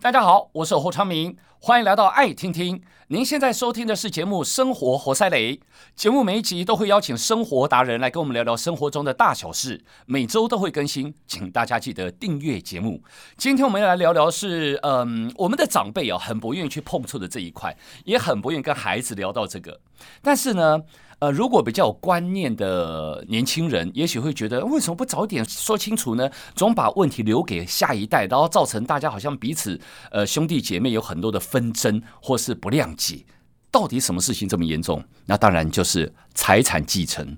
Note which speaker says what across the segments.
Speaker 1: 大家好，我是侯昌明，欢迎来到爱听听。您现在收听的是节目《生活活塞雷》，节目每一集都会邀请生活达人来跟我们聊聊生活中的大小事，每周都会更新，请大家记得订阅节目。今天我们要来聊聊是，嗯，我们的长辈啊，很不愿意去碰触的这一块，也很不愿意跟孩子聊到这个。但是呢，呃，如果比较有观念的年轻人，也许会觉得为什么不早点说清楚呢？总把问题留给下一代，然后造成大家好像彼此呃兄弟姐妹有很多的纷争或是不谅解。到底什么事情这么严重？那当然就是财产继承。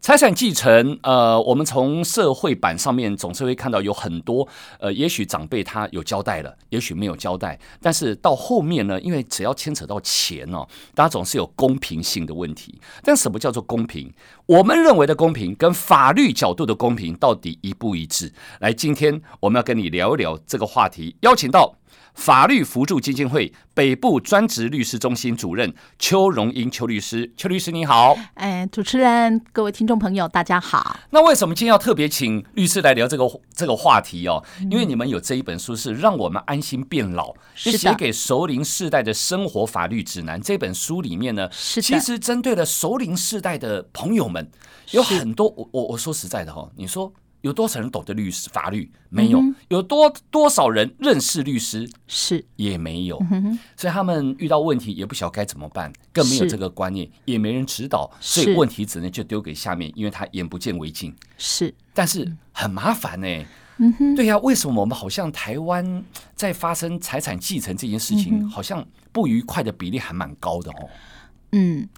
Speaker 1: 财产继承，呃，我们从社会版上面总是会看到有很多，呃，也许长辈他有交代了，也许没有交代，但是到后面呢，因为只要牵扯到钱哦，大家总是有公平性的问题。但什么叫做公平？我们认为的公平跟法律角度的公平到底一不一致？来，今天我们要跟你聊一聊这个话题，邀请到法律扶助基金会北部专职律师中心主任邱荣英邱律师，邱律师你好。
Speaker 2: 哎，主持人，各位听众朋友，大家好。
Speaker 1: 那为什么今天要特别请律师来聊这个这个话题哦？
Speaker 2: 嗯
Speaker 1: 因为你们有这一本书是《让我们安心变老》，
Speaker 2: 是
Speaker 1: 是
Speaker 2: 的
Speaker 1: 写给熟龄世代的生活法律指南。这本书里面呢，
Speaker 2: 是的
Speaker 1: 其实针对了熟龄世代的朋友们，有很多我我我说实在的哈、哦，你说。有多少人懂得律师法
Speaker 2: 嗯
Speaker 1: 律？没有。有多多少人认识律师？
Speaker 2: 是，
Speaker 1: 也没
Speaker 2: 嗯
Speaker 1: 有。所以他们遇到问题也不晓得该怎么办，更没有
Speaker 2: 是
Speaker 1: 这个观念，也没人指导，所以
Speaker 2: 是
Speaker 1: 问题只能就丢给下面，因为他眼不见为净。
Speaker 2: 是，
Speaker 1: 但是
Speaker 2: 嗯
Speaker 1: 很麻烦呢、对呀、为什么我们好像台湾在发生财产继承这件事情，好像不愉快的比例还蛮高的哦？
Speaker 2: 嗯，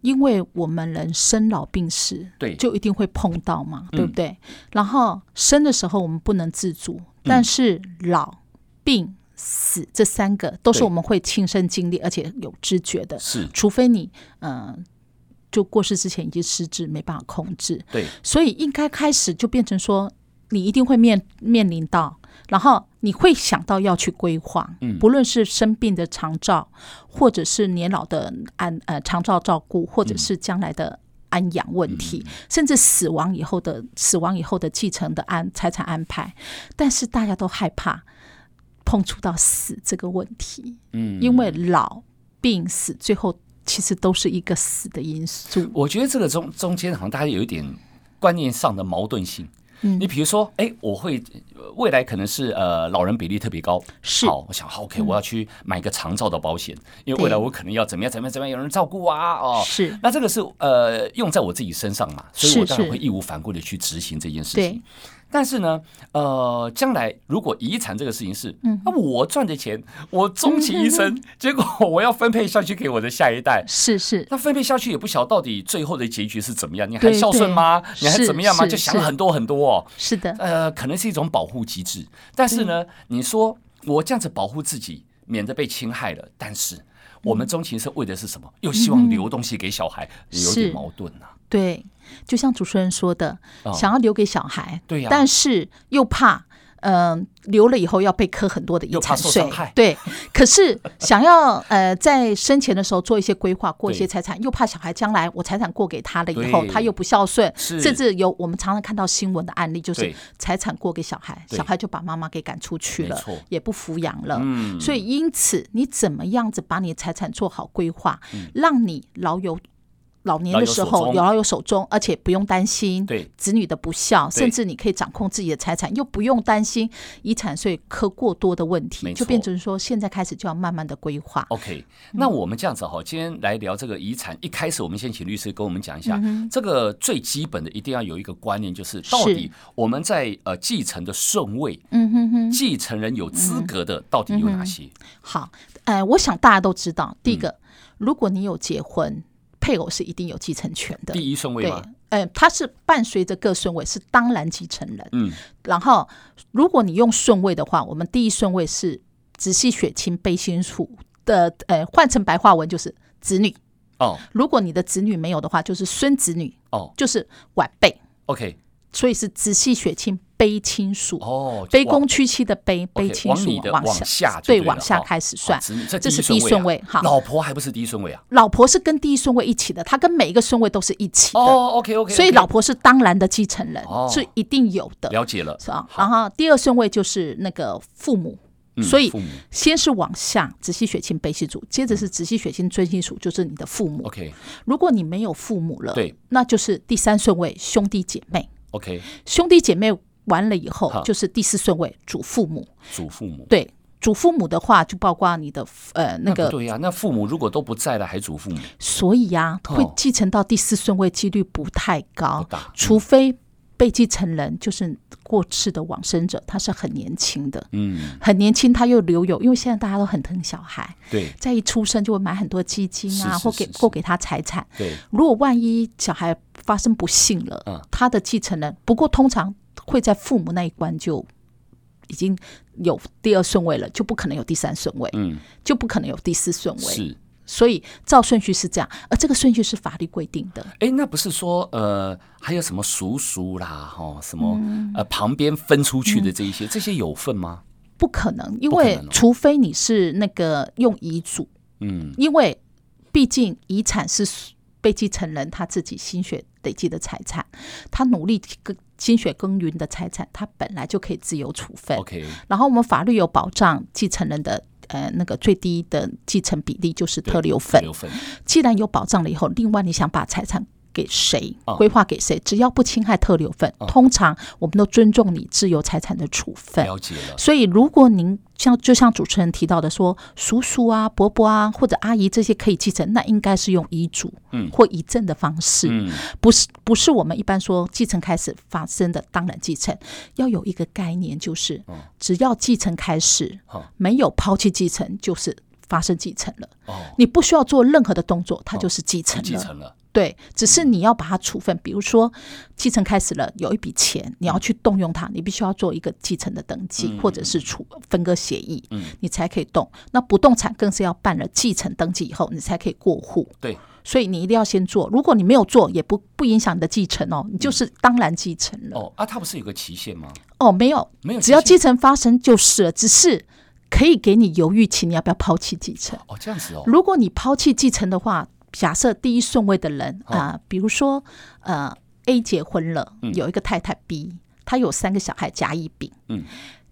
Speaker 2: 因为我们人生老病死，
Speaker 1: 对
Speaker 2: 就一定会碰到嘛，
Speaker 1: 嗯
Speaker 2: 对不对？然后生的时候我们不能自主，
Speaker 1: 嗯
Speaker 2: 但是老、病、死这三个都是
Speaker 1: 对
Speaker 2: 我们会亲身经历，而且有知觉的，
Speaker 1: 是，
Speaker 2: 除非你，嗯、就过世之前已经失智，没办法控制，
Speaker 1: 对，
Speaker 2: 所以应该开始就变成说，你一定会面面临到，然后你会想到要去规划，
Speaker 1: 嗯
Speaker 2: 不论是生病的长照，或者是年老的安呃长照照顾，或
Speaker 1: 嗯
Speaker 2: 者是将来的。安养问题，甚至死亡以后的死亡以后的继承的安财产安排，但是大家都害怕碰触到死这个问题，
Speaker 1: 嗯
Speaker 2: 因为老、病、死最后其实都是一个死的因素。
Speaker 1: 我觉得这个中中间好像大家有一点观念上的矛盾性。
Speaker 2: 嗯
Speaker 1: 你比如说，哎，我会呃未来可能是呃老人比例特别高，
Speaker 2: 是嗯
Speaker 1: 好，我想好 OK，我要去买个长照的保险，因为
Speaker 2: 对
Speaker 1: 未来我可能要怎么样怎么样怎么样有人照顾啊，哦，
Speaker 2: 是，
Speaker 1: 那这个是呃用在我自己身上嘛，所以
Speaker 2: 是
Speaker 1: 我当然
Speaker 2: 是
Speaker 1: 会义无反顾的去执行这件事情
Speaker 2: 对。，
Speaker 1: 但是呢，呃，将来如果遗产这个事情是，
Speaker 2: 嗯
Speaker 1: 那、我赚的钱，我终其一 生，结果我要分配下去给我的下一代。
Speaker 2: 是是
Speaker 1: 那分配下去也不晓得到底最后的结局是怎么样，你还
Speaker 2: 对
Speaker 1: 孝顺吗？
Speaker 2: 对
Speaker 1: 你还怎么样吗？
Speaker 2: 是
Speaker 1: 就想
Speaker 2: 是嗯
Speaker 1: 很多很多哦。
Speaker 2: 是的，
Speaker 1: 呃，可能是一种保护机制。但是呢，你说我这样子保护自己，免得被侵害了，但是我
Speaker 2: 嗯
Speaker 1: 们钟情是为的是什么？又希望留东西给小孩，有点
Speaker 2: 是
Speaker 1: 矛盾啊呐、
Speaker 2: 对，就像主持人说的，
Speaker 1: 哦
Speaker 2: 想要留给小孩，
Speaker 1: 对啊呀
Speaker 2: 但是又怕。嗯，留了以后要被磕很多的遗
Speaker 1: 又怕
Speaker 2: 产
Speaker 1: 受
Speaker 2: 税
Speaker 1: 伤害，
Speaker 2: 对。可是想要呃在生前的时候做一些规划，过一些财产，又怕小孩将来我财产过给他了以后，
Speaker 1: 对
Speaker 2: 他又不孝顺，
Speaker 1: 是
Speaker 2: 甚至有我们常常看到新闻的案例，就是
Speaker 1: 对
Speaker 2: 财产过给小孩，
Speaker 1: 对
Speaker 2: 小孩就把妈妈给赶出去
Speaker 1: 没
Speaker 2: 了
Speaker 1: 错，
Speaker 2: 也不抚养了。
Speaker 1: 嗯，
Speaker 2: 所以，因此，你怎么样子把你的财产做好规划，让你老有老年的
Speaker 1: 嗯老
Speaker 2: 时
Speaker 1: 有所
Speaker 2: 候
Speaker 1: 终
Speaker 2: 有老有手中，而且不用担心
Speaker 1: 对
Speaker 2: 子女的不孝，
Speaker 1: 对
Speaker 2: 甚至你可以掌控自己的财产，又不用担心遗产税磕过多的问
Speaker 1: 没
Speaker 2: 题，
Speaker 1: 错哦
Speaker 2: 就变成说现在开始就要慢慢的规划。
Speaker 1: OK，那
Speaker 2: 嗯
Speaker 1: 我们这样子哈，今天来聊这个遗产。一开始，我们先请律师跟我们讲一
Speaker 2: 嗯
Speaker 1: 下，这个最基本的一定要有一个观念，就是到底我们在呃继承的顺位，
Speaker 2: 嗯哼哼，嗯
Speaker 1: 继承人有资格的到底有哪些？
Speaker 2: 好，呃，我想大家都知道，第一
Speaker 1: 嗯
Speaker 2: 个，如果你有结婚，配偶是一定有继承权的。
Speaker 1: 第一顺位
Speaker 2: 对
Speaker 1: 吗？，
Speaker 2: 呃，它是伴随着各顺位，是当然继承人。
Speaker 1: 嗯，
Speaker 2: 然后，如果你用顺位的话，我们第一顺位是直系血亲卑亲属的，呃，换成白话文就是子女。
Speaker 1: 哦
Speaker 2: 如果你的子女没有的话，就是孙子女，
Speaker 1: 哦
Speaker 2: 就是晚辈，
Speaker 1: ，OK，
Speaker 2: 所以是直系血亲卑亲属。
Speaker 1: 哦，
Speaker 2: 卑公屈膝的卑，
Speaker 1: OK，
Speaker 2: 卑亲
Speaker 1: 往你
Speaker 2: 属
Speaker 1: 的
Speaker 2: 往
Speaker 1: 往下
Speaker 2: 下，
Speaker 1: 就对了
Speaker 2: 往下
Speaker 1: 哈
Speaker 2: 开始算
Speaker 1: 哦。子女这
Speaker 2: 这是
Speaker 1: 第
Speaker 2: 第一
Speaker 1: 顺
Speaker 2: 顺
Speaker 1: 位
Speaker 2: 位
Speaker 1: 啊，
Speaker 2: 好
Speaker 1: 老婆还不是第一顺位啊。
Speaker 2: 老婆是跟第一顺位一起的，她跟每一个顺位都是一起的，
Speaker 1: 哦，OK OK，
Speaker 2: 所以老婆是当然的继承人，
Speaker 1: 哦
Speaker 2: 是一定有的，
Speaker 1: 了解了，
Speaker 2: 是吧？
Speaker 1: 好
Speaker 2: 然后第二顺位就是那个父母，
Speaker 1: 嗯
Speaker 2: 所以
Speaker 1: 父母
Speaker 2: 先是往下直系血亲、卑系族，接着
Speaker 1: 嗯
Speaker 2: 是直系血亲、尊系属，就是你的父母。
Speaker 1: OK
Speaker 2: 如果你没有父母了，
Speaker 1: 哦对，
Speaker 2: 那就是第三顺位兄弟姐妹。
Speaker 1: OK，
Speaker 2: 兄弟姐妹完了以
Speaker 1: 好
Speaker 2: 后，就是第四顺位祖父母。
Speaker 1: 祖父母。
Speaker 2: 对，祖父母的话就包括你的呃那
Speaker 1: 不
Speaker 2: 个，
Speaker 1: 对呀、那父母如果都不在了，还祖父母，
Speaker 2: 所以啊，
Speaker 1: 哦
Speaker 2: 会继承到第四顺位几率不太
Speaker 1: 不
Speaker 2: 高，
Speaker 1: 大
Speaker 2: 除非被继承人就是过世的往生者，他是很年轻的，
Speaker 1: 嗯，
Speaker 2: 很年轻他又留有，因为现在大家都很疼小孩，
Speaker 1: 对
Speaker 2: 在一出生就会买很多基金啊，
Speaker 1: 是是
Speaker 2: 或给
Speaker 1: 是是
Speaker 2: 或给他财产。
Speaker 1: 对，
Speaker 2: 如果万一小孩发生不幸了，
Speaker 1: 嗯
Speaker 2: 他的继承人，不过通常会在父母那一关就已经有第二顺位了，就不可能有第三顺位，
Speaker 1: 嗯，
Speaker 2: 就不可能有第四顺位。
Speaker 1: 是。
Speaker 2: 所以照顺序是这样，而这个顺序是法律规定的。
Speaker 1: 哎，那不是说呃，还有什么叔叔啦，哈、哦，什么、
Speaker 2: 嗯
Speaker 1: 呃，旁边分出去的这一些，这些有份吗？
Speaker 2: 不可能，因
Speaker 1: 不可能
Speaker 2: 为
Speaker 1: 哦
Speaker 2: 除非你是那个用遗嘱，
Speaker 1: 嗯，
Speaker 2: 因为毕竟遗产是被继承人他自己心血累积的财产，他努力耕心血耕耘的财产，他本来就可以自由处分。
Speaker 1: OK，
Speaker 2: 然后我们法律有保障继承人的呃那个最低的继承比例就是
Speaker 1: 对
Speaker 2: 特留分。
Speaker 1: 有份，
Speaker 2: 既然有保障了以后，另外你想把财产给谁
Speaker 1: 啊
Speaker 2: 规划给谁，只要不侵害特留分，通常我们都尊重你自由财产的处分。
Speaker 1: 了解了，
Speaker 2: 所以，如果您像就像主持人提到的说，叔叔啊、伯伯啊或者阿姨这些可以继承，那应该是用遗嘱
Speaker 1: 嗯
Speaker 2: 或遗赠的方式，
Speaker 1: 嗯，
Speaker 2: 不是不是我们一般说继承开始发生的，当然继承要有一个概念，就是、
Speaker 1: 哦
Speaker 2: 只要继承开始、
Speaker 1: 好
Speaker 2: 没有抛弃继承，就是发生继承了。
Speaker 1: 哦，
Speaker 2: 你不需要做任何的动作，它就是继承
Speaker 1: 继
Speaker 2: 了。
Speaker 1: 承了，
Speaker 2: 对，只是你要把它处分，比如说继承开始了，有一笔钱你要去动用它，你必须要做一个继承的登记、或者是处分割协议，
Speaker 1: 嗯
Speaker 2: 你才可以动。那不动产更是要办了继承登记以后，你才可以过户。
Speaker 1: 对，
Speaker 2: 所以你一定要先做，如果你没有做，也不不影响你的继承哦，你就是当然继承了。
Speaker 1: 哦啊，他不是有个期限吗？
Speaker 2: 哦，没有，
Speaker 1: 没有期限，
Speaker 2: 只要继承发生就是了，只是可以给你犹豫期，你要不要抛弃继承？
Speaker 1: 哦，这样子哦，
Speaker 2: 如果你抛弃继承的话，假设第一顺位的人
Speaker 1: 好
Speaker 2: 啊、比如说呃 A 结婚了，
Speaker 1: 哦嗯
Speaker 2: 有一个太太 B，她有三个小孩甲乙丙，
Speaker 1: 嗯，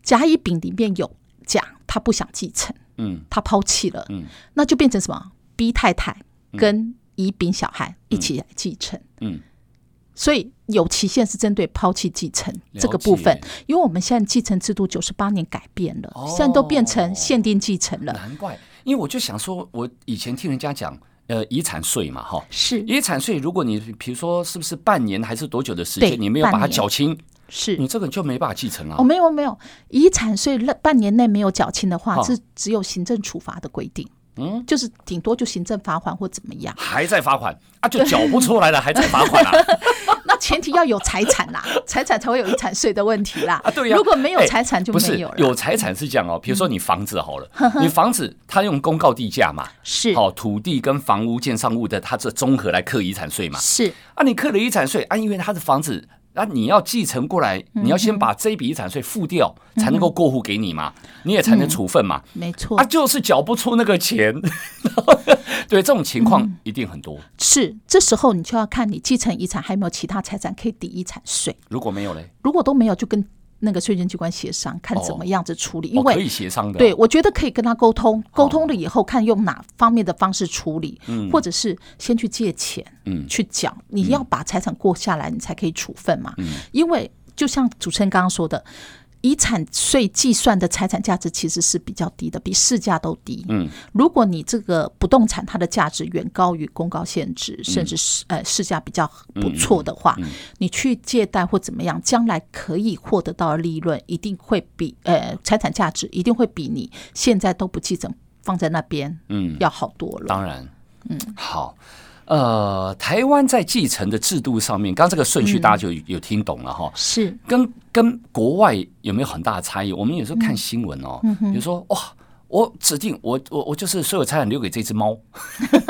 Speaker 2: 甲乙丙里面有甲，她不想继承，
Speaker 1: 嗯
Speaker 2: 她抛弃了，
Speaker 1: 嗯，
Speaker 2: 那就变成什么 B 太太跟乙丙小孩一起来继承，
Speaker 1: 嗯，
Speaker 2: 所以有期限是针对抛弃继承
Speaker 1: 了
Speaker 2: 这个部分
Speaker 1: 解，
Speaker 2: 因为我们现在继承制度九十八年改变了，
Speaker 1: 哦
Speaker 2: 现在都变成限定继承了，
Speaker 1: 难怪，因为我就想说，我以前听人家讲，呃，遗产税嘛，哈。
Speaker 2: 是
Speaker 1: 遗产税，如果你比如说是不是半年还是多久的时
Speaker 2: 对
Speaker 1: 间，你没有把它
Speaker 2: 半年
Speaker 1: 缴清，
Speaker 2: 是
Speaker 1: 你这个就没办法继承啊
Speaker 2: 哦，。没有没有，遗产税那半年内没有缴清的话，
Speaker 1: 哦
Speaker 2: 是只有行政处罚的规定，
Speaker 1: 嗯，。
Speaker 2: 就是顶多就行政罚款或怎么样
Speaker 1: 还在罚款啊，就缴不出来 了，还在罚款啊！
Speaker 2: 那前提要有财产啦， 财产才会有遗产税的问题啦。
Speaker 1: 啊对呀
Speaker 2: 如果没有财产就
Speaker 1: 不是
Speaker 2: 没有了。嗯
Speaker 1: 有财产是这样哦，比如说你房子好 了，你房子它用公告地价嘛，
Speaker 2: 是
Speaker 1: 好土地跟房屋建商物的，它这综合来课遗产税嘛。
Speaker 2: 是
Speaker 1: 啊，你课了遗产税啊，因为它的房子。那、你要继承过来，
Speaker 2: 嗯
Speaker 1: 你要先把这一笔遗产税付掉，才能够过户给你嘛，你也才能处分嘛。
Speaker 2: 没错
Speaker 1: 啊，，就是缴不出那个钱， 对这种情
Speaker 2: 嗯
Speaker 1: 况一定很多。
Speaker 2: 是这时候你就要看你继承遗产还有没有其他财产可以抵遗产税，
Speaker 1: 如果没有嘞，
Speaker 2: 如果都没有，就跟那个税捐机关协商，看怎
Speaker 1: 哦
Speaker 2: 么样子处理，
Speaker 1: 哦
Speaker 2: 因为
Speaker 1: 可以协商的。
Speaker 2: 对，，我觉得可以跟他沟通，沟通了以后看用哪方面的方式处理，或者是先去借钱，
Speaker 1: 嗯
Speaker 2: 去缴。你要把财产过下来，你才可以处分嘛。
Speaker 1: 嗯
Speaker 2: 因为就像主持人刚刚说的，遗产税计算的财产价值其实是比较低的，比市价都低。
Speaker 1: 嗯，
Speaker 2: 如果你这个不动产它的价值远高于公告限
Speaker 1: 嗯
Speaker 2: 值，甚至是呃市价比较不错的话，你去借贷或怎么样，将来可以获得到的利润一定会比呃财产价值一定会比你现在都不继承放在那边
Speaker 1: 嗯，
Speaker 2: 要好多 了。
Speaker 1: 当然，嗯，好。呃，台湾在继承的制度上面，刚刚这个顺序大家就
Speaker 2: 嗯
Speaker 1: 有有听懂了哈。
Speaker 2: 是
Speaker 1: 跟跟国外有没有很大的差异？我们有时候看新闻哦，
Speaker 2: 嗯
Speaker 1: 比如说哇，我指定我我我就是所有财产留给这只猫，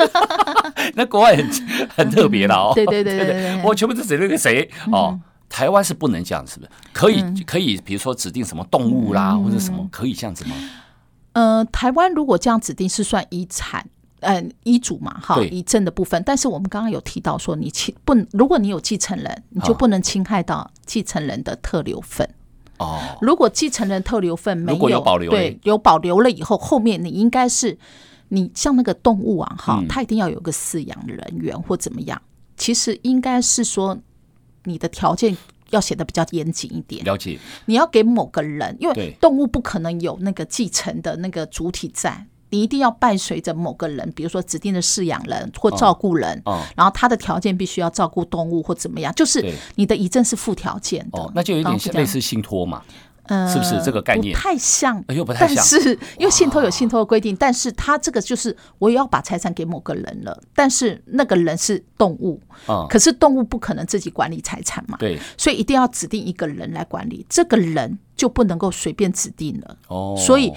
Speaker 1: 那国外很很特别的哦。
Speaker 2: 对嗯对对对对对嗯
Speaker 1: 我全部都指定给谁哦？台湾是不能这样，是不是？可以可以，比如说指定什么动物啦，
Speaker 2: 嗯
Speaker 1: 或者什么，可以这样子吗？
Speaker 2: 呃，台湾如果这样指定是算遗产。嗯，遗嘱嘛，哈，
Speaker 1: 对
Speaker 2: 遗赠的部分。但是我们刚刚有提到说，你侵不，如果你有继承人，你就
Speaker 1: 好
Speaker 2: 不能侵害到继承人的特留分。
Speaker 1: 哦，
Speaker 2: 如果继承人特留份没
Speaker 1: 如果有保留嘞
Speaker 2: 对，有保留了以后，后面你应该是你像那个动物啊，哈、
Speaker 1: 嗯
Speaker 2: 它一定要有个饲养人员或怎么样。其实应该是说你的条件要写的比较严谨一点，
Speaker 1: 了解，
Speaker 2: 你要给某个人，因
Speaker 1: 对
Speaker 2: 为动物不可能有那个继承的那个主体在。你一定要伴随着某个人，比如说指定的饲养人或照顾人，
Speaker 1: 哦
Speaker 2: 然后他的条件必须要照顾动物或怎么样，就是
Speaker 1: 对
Speaker 2: 你的遗赠是附条件的。
Speaker 1: 哦，那就有点
Speaker 2: 然后
Speaker 1: 像
Speaker 2: 是这样
Speaker 1: 类似信托嘛，
Speaker 2: 呃
Speaker 1: 是不是这个概念
Speaker 2: 不太像，
Speaker 1: 哎又不太像
Speaker 2: 但是因为信托有信托的规定，但是他这个就是我也要把财产给某个人了，但是那个人是动物，
Speaker 1: 啊，
Speaker 2: 可是动物不可能自己管理财产嘛，
Speaker 1: 对，
Speaker 2: 所以一定要指定一个人来管理，这个人就不能够随便指定了。
Speaker 1: 哦，
Speaker 2: 所以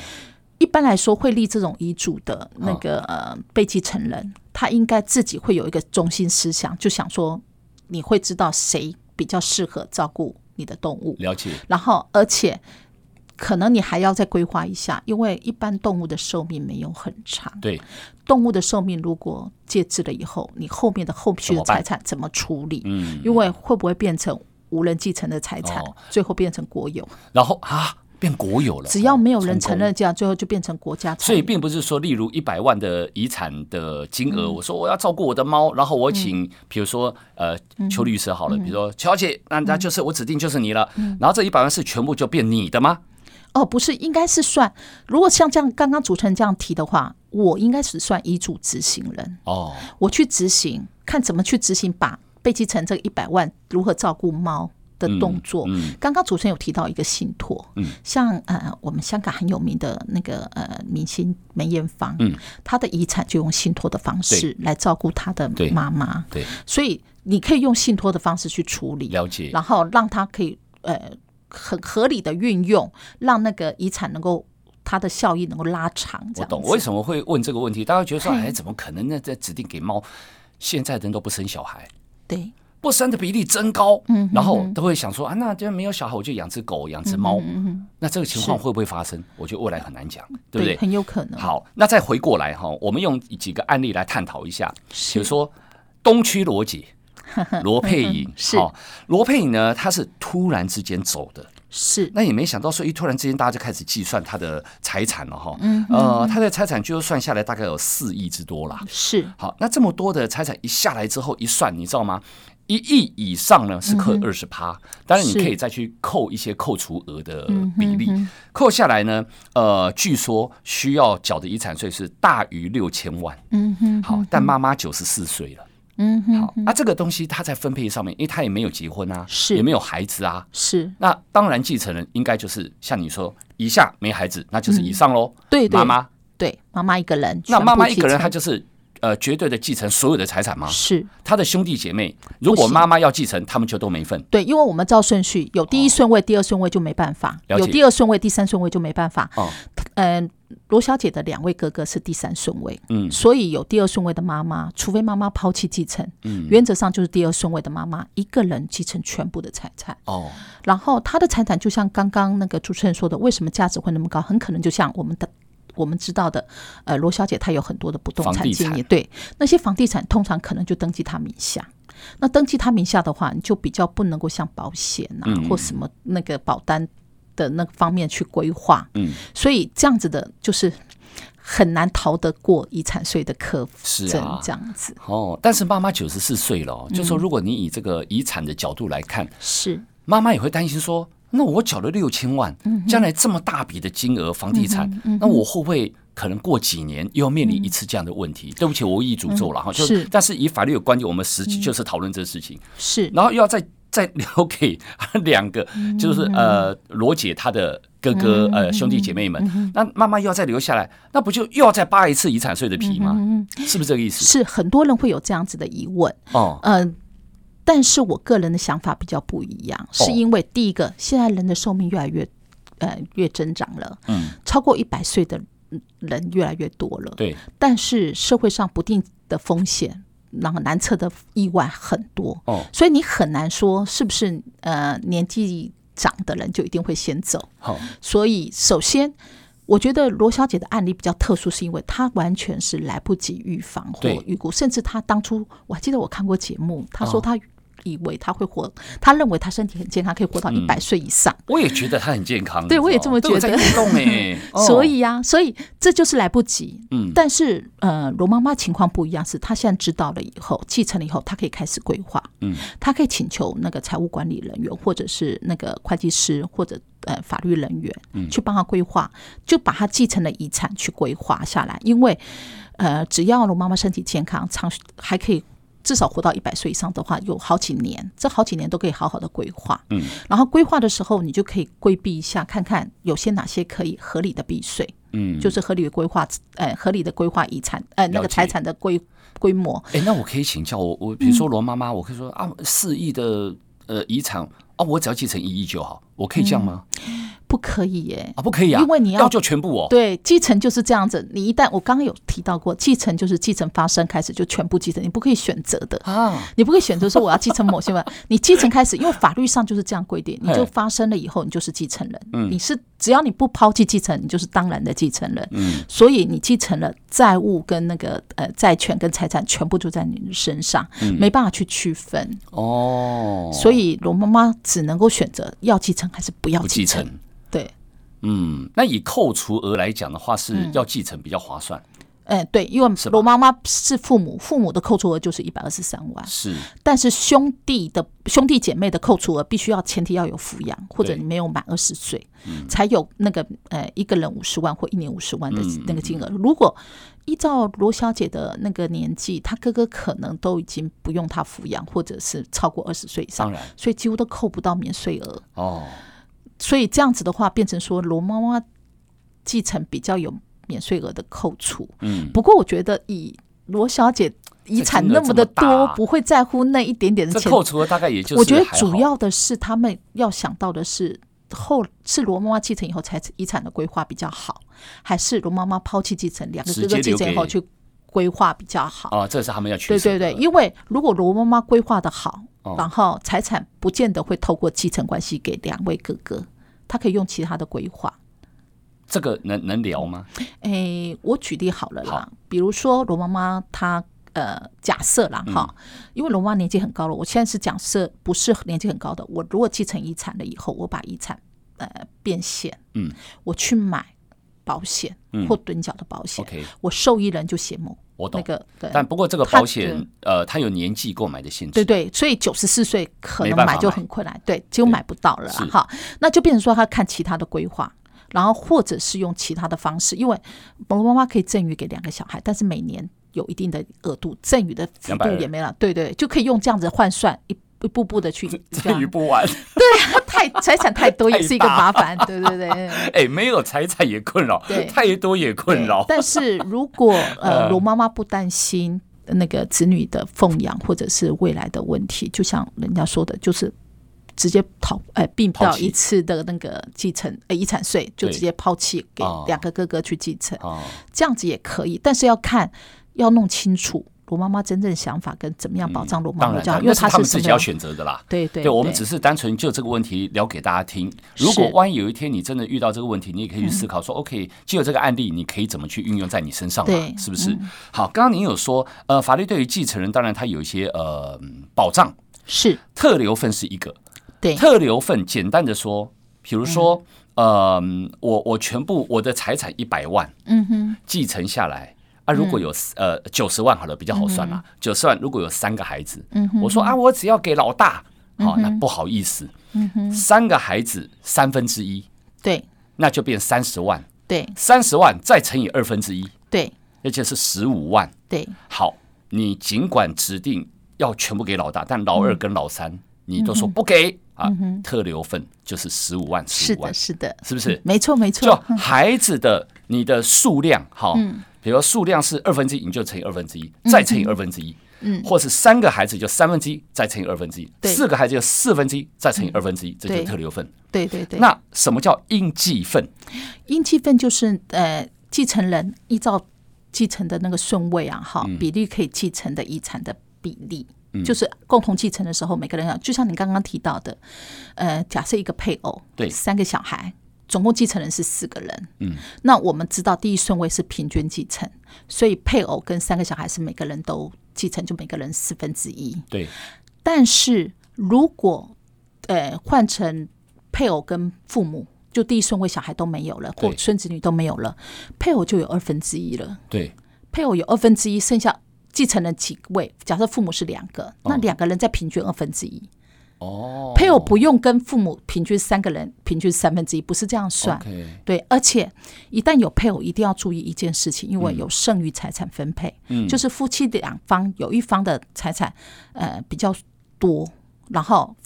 Speaker 2: 一般来说，会立这种遗嘱的那个、
Speaker 1: 嗯
Speaker 2: 呃被继承人，他应该自己会有一个中心思想，就想说你会知道谁比较适合照顾你的动物。
Speaker 1: 了解，
Speaker 2: 然后而且可能你还要再规划一下，因为一般动物的寿命没有很长。
Speaker 1: 对，
Speaker 2: 动物的寿命如果戒制了以后，你后面的后续的财产怎么处理？
Speaker 1: 嗯，
Speaker 2: 因为会不会变成无人继承的财产，
Speaker 1: 哦
Speaker 2: 最后变成国有？
Speaker 1: 然后啊，变国有了，
Speaker 2: 只要没有人
Speaker 1: 成功
Speaker 2: 承认这样，最后就变成国家财
Speaker 1: 所以
Speaker 2: 产。
Speaker 1: 并不是说，例如一百万的遗产的金
Speaker 2: 嗯
Speaker 1: 额，我说我要照顾我的猫，然后我请，比如说呃
Speaker 2: 嗯
Speaker 1: 邱律师好了，比如说乔姐，那那就是我指定就是你了，
Speaker 2: 嗯
Speaker 1: 然后这一百万是全部就变你的吗？
Speaker 2: 哦，不是，应该是算。如果像这样刚刚主持人这样提的话，我应该只算遗嘱执行人。
Speaker 1: 哦，
Speaker 2: 我去执行，看怎么去执行，把被继承这一百万如何照顾猫的动作。
Speaker 1: 嗯
Speaker 2: 刚刚主持人有提到一个信托，像呃我们香港很有名的那个呃明星梅艳芳，
Speaker 1: 嗯
Speaker 2: 她的遗产就用信托的方式来照顾她的
Speaker 1: 对
Speaker 2: 妈妈，
Speaker 1: 对，
Speaker 2: 所以你可以用信托的方式去处理，
Speaker 1: 了解，
Speaker 2: 然后让他可以呃很合理的运用，让那个遗产能够它的效益能够拉长，
Speaker 1: 我
Speaker 2: 这样
Speaker 1: 懂。
Speaker 2: 子
Speaker 1: 为什么会问这个问题？大家觉得说，
Speaker 2: 嘿
Speaker 1: 哎，怎么可能呢？这指定给猫，现在人都不生小孩。
Speaker 2: 对。
Speaker 1: 不生的比例增高，嗯，然后都会想说啊，那就没有小孩，我就养只狗，养只
Speaker 2: 嗯
Speaker 1: 猫，那这个情况
Speaker 2: 是
Speaker 1: 会不会发生？我觉得未来很难讲，对
Speaker 2: 对嗯
Speaker 1: 不对？
Speaker 2: 很有可能。
Speaker 1: 好，那再回过来哈，我们用几个案例来探讨一下，比
Speaker 2: 是
Speaker 1: 如说东区罗姐罗佩颖，
Speaker 2: 是
Speaker 1: 好罗佩颖呢，她是突然之间走的，
Speaker 2: 是，
Speaker 1: 那也没想到说一突然之间大家就开始计算她的财产了哈，呃，她的财产就算下来大概有四亿之多啦。
Speaker 2: 是
Speaker 1: 好，那这么多的财产一下来之后一算，你知道吗？一亿以上呢是扣二十趴，当然你
Speaker 2: 嗯是嗯
Speaker 1: 可以再去扣一些扣除额的比例，扣下来呢，呃，据说需要缴的遗产税是大于六千万。
Speaker 2: 嗯哼，
Speaker 1: 好，但妈妈九十四岁了。
Speaker 2: 嗯哼，
Speaker 1: 好，啊那、这个东西她在分配上面，因为她也没有结婚啊，
Speaker 2: 是
Speaker 1: 也没有孩子啊。
Speaker 2: 是
Speaker 1: 那当然，继承人应该就是像你说，以下没孩子，那就是以上喽。
Speaker 2: 嗯对对
Speaker 1: 妈妈，
Speaker 2: 对，妈妈一个人，
Speaker 1: 那
Speaker 2: 全
Speaker 1: 妈
Speaker 2: 部
Speaker 1: 妈
Speaker 2: 继
Speaker 1: 一个人，
Speaker 2: 承
Speaker 1: 她就是呃绝对的继承所有的财产吗？
Speaker 2: 是
Speaker 1: 他的兄弟姐妹，如果
Speaker 2: 不行
Speaker 1: 妈妈要继承，他们就都没份。
Speaker 2: 对，因为我们照顺序，有第一顺位、第二顺位就没办法，
Speaker 1: 哦了解
Speaker 2: 有第二顺位、第三顺位就没办法。
Speaker 1: 哦，
Speaker 2: 嗯、罗小姐的两位哥哥是第三顺位，
Speaker 1: 嗯
Speaker 2: 所以有第二顺位的妈妈，除非妈妈抛弃继承，
Speaker 1: 嗯
Speaker 2: 原则上就是第二顺位的妈妈一个人继承全部的财产。
Speaker 1: 哦，
Speaker 2: 然后他的财产就像刚刚那个主持人说的，为什么价值会那么高？很可能就像我们的我们知道的，呃，罗小姐她有很多的不动
Speaker 1: 房
Speaker 2: 产
Speaker 1: 地
Speaker 2: 经
Speaker 1: 产
Speaker 2: 营，对那些房地产通常可能就登记她名下。那登记她名下的话，你就比较不能够像保险啊、
Speaker 1: 嗯
Speaker 2: 或什么那个保单的那个方面去规划，
Speaker 1: 嗯，
Speaker 2: 所以这样子的就是很难逃得过遗产税的嗯苛
Speaker 1: 是
Speaker 2: 征
Speaker 1: 啊，
Speaker 2: 这样子
Speaker 1: 哦，但是妈妈九十四岁了哦，就说如果你以这个遗产的角度来看，
Speaker 2: 是
Speaker 1: 妈妈也会担心说，那我缴了六千万，
Speaker 2: 嗯
Speaker 1: 将来这么大笔的金额房地产，那我会不会？可能过几年又要面
Speaker 2: 嗯
Speaker 1: 临一次这样的问题，对不起，我无意诅咒了哈。就是但是以法律的观点，我们实
Speaker 2: 嗯
Speaker 1: 际就是讨论这个事情。
Speaker 2: 是
Speaker 1: 然后又要再再留给 两个，就是
Speaker 2: 嗯
Speaker 1: 呃罗姐她的哥哥呃兄弟姐妹
Speaker 2: 嗯
Speaker 1: 们，那妈妈又要再留下来，那不就又要再扒一次遗产税的皮
Speaker 2: 嗯
Speaker 1: 吗？是不是这个意思？
Speaker 2: 是很多人会有这样子的疑问，
Speaker 1: 哦，
Speaker 2: 嗯，但是我个人的想法比较不一样，
Speaker 1: 哦
Speaker 2: 是因为第一个，现在人的寿命越来越呃越增长了，
Speaker 1: 嗯，
Speaker 2: 超过一百岁的人越来越多了，
Speaker 1: 对，
Speaker 2: 但是社会上不定的风险，然后难测的意外很多，
Speaker 1: 哦，
Speaker 2: 所以你很难说是不是呃年纪长的人就一定会先走。
Speaker 1: 好，
Speaker 2: 所以，首先，我觉得罗小姐的案例比较特殊，是因为她完全是来不及预防或
Speaker 1: 对哦
Speaker 2: 预估，甚至她当初我还记得我看过节目，她说她以为他会活，他认为他身体很健康，可以
Speaker 1: 嗯
Speaker 2: 活到一百岁以上。
Speaker 1: 我也觉得他很健康， 你知
Speaker 2: 对
Speaker 1: 道
Speaker 2: 我也这么
Speaker 1: 对我
Speaker 2: 觉
Speaker 1: 在
Speaker 2: 得，
Speaker 1: 运动哎
Speaker 2: 所以呀、所以这就是来不及。
Speaker 1: 嗯
Speaker 2: 但是呃，罗妈妈情况不一样，是她现在知道了以后，继承了以后，她可以开始规划。
Speaker 1: 嗯，
Speaker 2: 她可以请求那个财务管理人员，或者是那个会计师，或者呃法律人员，
Speaker 1: 嗯
Speaker 2: 去帮她规划，就把她继承的遗产去规划下来。因为呃，只要罗妈妈身体健康，长还可以。至少活到一百岁以上的话，有好几年，这好几年都可以好好的规划。
Speaker 1: 嗯，
Speaker 2: 然后规划的时候，你就可以规避一下，看看有些哪些可以合理的避税。
Speaker 1: 嗯，
Speaker 2: 就是合理的规划，呃，合理的规划遗产，呃，那
Speaker 1: 了
Speaker 2: 个
Speaker 1: 解
Speaker 2: 财产的规规模。
Speaker 1: 哎，那我可以请教我我，比如说罗妈妈，我可以说啊，四亿的呃遗产啊，我只要继承一亿就好，我可以这样吗？
Speaker 2: 不可以耶、
Speaker 1: 啊，不可以啊，
Speaker 2: 嗯因为你要
Speaker 1: 要就全部哦。
Speaker 2: 对，继承就是这样子。你一旦我刚刚有提到过，继承就是继承发生开始就全部继承，你不可以选择的，
Speaker 1: 啊，
Speaker 2: 你不可以选择说我要继承某 些吧。你继承开始，因为法律上就是这样规定，你就
Speaker 1: 嘿嗯
Speaker 2: 发生了以后，你就是继承人。你是只要你不抛弃继承，你就是当然的继承人。
Speaker 1: 嗯
Speaker 2: 所以你继承了债务跟那个呃债权跟财产全部就在你的身上，没办法去区分。
Speaker 1: 嗯哦，
Speaker 2: 所以罗妈妈只能够选择要继承还是不要
Speaker 1: 不
Speaker 2: 继
Speaker 1: 继
Speaker 2: 承。
Speaker 1: 承。
Speaker 2: 对，
Speaker 1: 嗯，那以扣除额来讲的话，是要继承比较划算。
Speaker 2: 嗯，对，因为
Speaker 1: 是吧
Speaker 2: 罗妈妈是父母，父母的扣除额就是一百二十三万，
Speaker 1: 是，
Speaker 2: 但是兄弟的兄弟姐妹的扣除额必须要前提要有抚养，或者
Speaker 1: 对嗯
Speaker 2: 你没有满二十岁，才有那个呃一个人五十万或一年五十万的
Speaker 1: 嗯
Speaker 2: 那个金额。如果依照罗小姐的那个年纪，她哥哥可能都已经不用她抚养，或者是超过二十岁以上
Speaker 1: 当，然
Speaker 2: 所以几乎都扣不到免税额。
Speaker 1: 哦，
Speaker 2: 所以这样子的话，变成说罗妈妈继承比较有免税额的扣除。
Speaker 1: 嗯，
Speaker 2: 不过我觉得以罗小姐遗产那么的
Speaker 1: 这金额这么
Speaker 2: 多
Speaker 1: 大，
Speaker 2: 不会在乎那一点点的
Speaker 1: 这
Speaker 2: 钱。
Speaker 1: 扣除额大概也就是
Speaker 2: 我觉得
Speaker 1: 还好
Speaker 2: 主要的是他们要想到的是。后是罗妈妈继承以后才遗产的规划比较好，还是罗妈妈抛弃继承，两个
Speaker 1: 直
Speaker 2: 哥哥
Speaker 1: 接留
Speaker 2: 继承以后
Speaker 1: 给
Speaker 2: 去规划比较好？
Speaker 1: 啊，这是他们要取
Speaker 2: 对
Speaker 1: 舍
Speaker 2: 对
Speaker 1: 的
Speaker 2: 对，因为如果罗妈妈规划的好，
Speaker 1: 哦
Speaker 2: 然后财产不见得会透过继承关系给两位哥哥，他可以用其他的规划。
Speaker 1: 这个能能聊吗？
Speaker 2: 诶，我举例好了啦，比如说罗妈妈她。呃，假设啦
Speaker 1: 嗯
Speaker 2: 哈，因为罗妈妈年纪很高了，我现在是假设不是年纪很高的，我如果继承遗产了以后，我把遗产呃变现，
Speaker 1: 嗯，
Speaker 2: 我去买保险
Speaker 1: 嗯
Speaker 2: 或趸缴的保险，
Speaker 1: OK
Speaker 2: 我受益人就写某
Speaker 1: 我懂
Speaker 2: 那个对，
Speaker 1: 但不过这个
Speaker 2: 他
Speaker 1: 保险，呃，它有年纪购买的限
Speaker 2: 对
Speaker 1: 制，
Speaker 2: 对，所以九十四岁可
Speaker 1: 没
Speaker 2: 能
Speaker 1: 办法
Speaker 2: 买就
Speaker 1: 买
Speaker 2: 很困难，对，几乎买不到了啦
Speaker 1: 是
Speaker 2: 哈。那就变成说他看其他的规划，然后或者是用其他的方式，因为罗妈妈可以赠予给两个小孩，但是每年有一定的额度，赠予的幅度
Speaker 1: 220
Speaker 2: 也没了，对对，就可以用这样子换算一。一步步的去， 这样啊
Speaker 1: 不完。
Speaker 2: 太财产太多也是一个
Speaker 1: 太大
Speaker 2: 麻烦，对对对。对
Speaker 1: 哎，没有财产也困扰
Speaker 2: 对，
Speaker 1: 太多也困
Speaker 2: 对。
Speaker 1: 扰嗯
Speaker 2: 但是如 果呃罗妈妈不担心那个子女的奉养或者是未来的问题，就像人家说的，就是。直接逃，呃，避
Speaker 1: 抛
Speaker 2: 掉
Speaker 1: 弃
Speaker 2: 一次的那个继承，呃，遗产税就
Speaker 1: 对
Speaker 2: 直接抛弃给
Speaker 1: 哦
Speaker 2: 两个哥哥去继承，
Speaker 1: 哦，
Speaker 2: 这样子也可以，但是要看，要弄清楚罗妈妈真正想法跟怎么样保障罗妈
Speaker 1: 嗯当
Speaker 2: 妈
Speaker 1: 然
Speaker 2: 这样，
Speaker 1: 啦，
Speaker 2: 因为
Speaker 1: 那是他
Speaker 2: 是
Speaker 1: 们
Speaker 2: 什
Speaker 1: 自
Speaker 2: 么
Speaker 1: 己要
Speaker 2: 样，
Speaker 1: 选择的啦。
Speaker 2: 对对
Speaker 1: 对，我们只是单纯就这个问题聊给大家听。如果
Speaker 2: 是嗯
Speaker 1: 万一有一天你真的遇到这个问题，你也可以去思考说，OK，既有这个案例，你可以怎么去运用在你身上嘛
Speaker 2: 对？嗯
Speaker 1: 是不是？好，刚刚您有说，呃，法律对于继承人，当然它有一些呃嗯保障，
Speaker 2: 是
Speaker 1: 特留份是一个，
Speaker 2: 对嗯
Speaker 1: 特留份简单的说，比如说，呃，我我全部我的财产一百万，
Speaker 2: 嗯哼，嗯
Speaker 1: 继承下来啊，如果有、呃九十万好了，比较好算啦。九十、万如果有三个孩子，
Speaker 2: 嗯哼嗯
Speaker 1: 我说啊，我只要给老大，好、那不好意思，三个孩子三分之一，
Speaker 2: 对
Speaker 1: 那就变三十万，
Speaker 2: 对
Speaker 1: 三十万再乘以二分之一，
Speaker 2: 对
Speaker 1: 也就是十五万。
Speaker 2: 对，
Speaker 1: 好，你尽管指定要全部给老大，但老二跟老三、你都说
Speaker 2: 嗯
Speaker 1: 不给啊，特留份就是十五万，十
Speaker 2: 是
Speaker 1: 五万
Speaker 2: 的，，是的，嗯
Speaker 1: 是不是？
Speaker 2: 没错嗯没
Speaker 1: 就
Speaker 2: 错，
Speaker 1: 孩子的你的数量，好，比如说数量是二分之一，你就乘以二分之一，
Speaker 2: 嗯
Speaker 1: 再乘以二分之一，嗯，或是三个孩子就三分之一，再乘以二分之一，
Speaker 2: 对
Speaker 1: 四个孩子就四分之一，再乘以二分之一，这就是
Speaker 2: 对
Speaker 1: 特留份。
Speaker 2: 对对对。
Speaker 1: 那什么叫应继份？
Speaker 2: 应继份就是呃，继承人依照继承的那个顺位啊，哈，比例可以继承的遗产的比例，就是共同继承的时候，每个人要，就像你刚刚提到的，呃，假设一个配偶，
Speaker 1: 对
Speaker 2: 三个小孩。总共继承人是四个人，嗯，那我们知道第一顺位是平均继承，所以配偶跟三个小孩是每个人都继承，就每个人四分之一。
Speaker 1: 对，
Speaker 2: 但是如果呃换成配偶跟父母，就第一顺位小孩都没有了，或
Speaker 1: 对
Speaker 2: 孙子女都没有了，配偶就有二分之一了。
Speaker 1: 对，
Speaker 2: 配偶有二分之一，剩下继承人几位？假设父母是两个，那两个人再平均二分之一。
Speaker 1: 哦，
Speaker 2: 配偶不用跟父母平均三个人平均三分之一，不是这样算。
Speaker 1: OK，
Speaker 2: 对，而且一旦有配偶，一定要注意一件事情，因为有剩余财产分配，
Speaker 1: 嗯
Speaker 2: 就是夫妻两方有一方的财产呃比较多，然后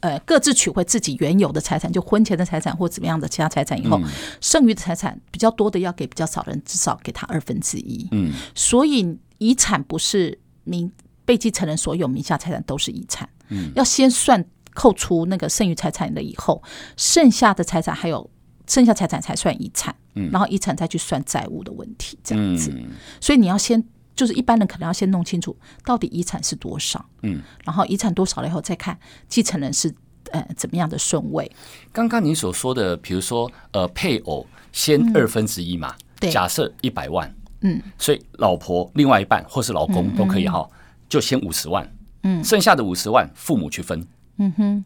Speaker 2: 呃各自取回自己原有的财产，就婚前的财产或怎么样的其他财产以后，剩余的财产比较多的要给比较少的人，至少给他二分之一。
Speaker 1: 嗯，
Speaker 2: 所以遗产不是名被继承人所有名下财产都是遗产，嗯，要先算扣除那个剩余财产了以后，剩下的财产还有剩下财产才算遗产，嗯，然后遗产再去算债务的问题，这样子。
Speaker 1: 嗯
Speaker 2: 所以你要先就是一般人可能要先弄清楚到底遗产是多少，
Speaker 1: 嗯，
Speaker 2: 然后遗产多少了以后再看继承人是呃怎么样的顺位，
Speaker 1: 刚刚您所说的，比如说呃，配偶先二分之一嘛，
Speaker 2: 嗯对
Speaker 1: 假设一百万，
Speaker 2: 嗯，
Speaker 1: 所以老婆另外一半或是老公都可以哈，
Speaker 2: 嗯
Speaker 1: 就先五十万，嗯，剩下的五十万父母去分，
Speaker 2: 嗯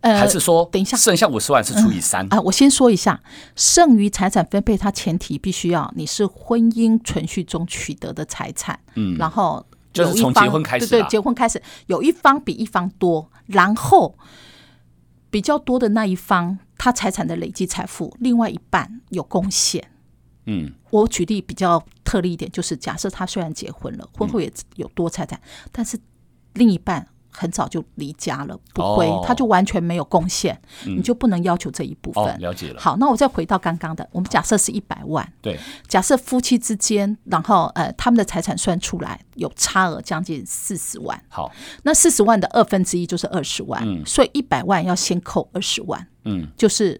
Speaker 2: 呃，
Speaker 1: 还是说
Speaker 2: 等一下
Speaker 1: 剩下五十万是除以三？
Speaker 2: 啊，我先说一下，剩余财产分配，它前提必须要你是婚姻存续中取得的财产，嗯，然后
Speaker 1: 就是
Speaker 2: 有一
Speaker 1: 从
Speaker 2: 方
Speaker 1: 结婚开始
Speaker 2: 对
Speaker 1: 啦
Speaker 2: 对，结婚开始有一方比一方多，然后比较多的那一方，他财产的累积财富，另外一半有贡献。
Speaker 1: 嗯，
Speaker 2: 我举例比较特例一点，就是假设他虽然结婚了，
Speaker 1: 嗯
Speaker 2: 婚后也有多财产，但是另一半很早就离家了，不归，
Speaker 1: 哦嗯
Speaker 2: 他就完全没有贡献，你就不能要求这一部分。
Speaker 1: 哦，了解了，
Speaker 2: 好，那我再回到刚刚的，我们假设是一百万，
Speaker 1: 对，
Speaker 2: 假设夫妻之间，然后呃他们的财产算出来有差额将近四十万，
Speaker 1: 好，
Speaker 2: 那四十万的二分之一就是二十万，所以一百万要先扣二十万，
Speaker 1: 嗯，
Speaker 2: 就是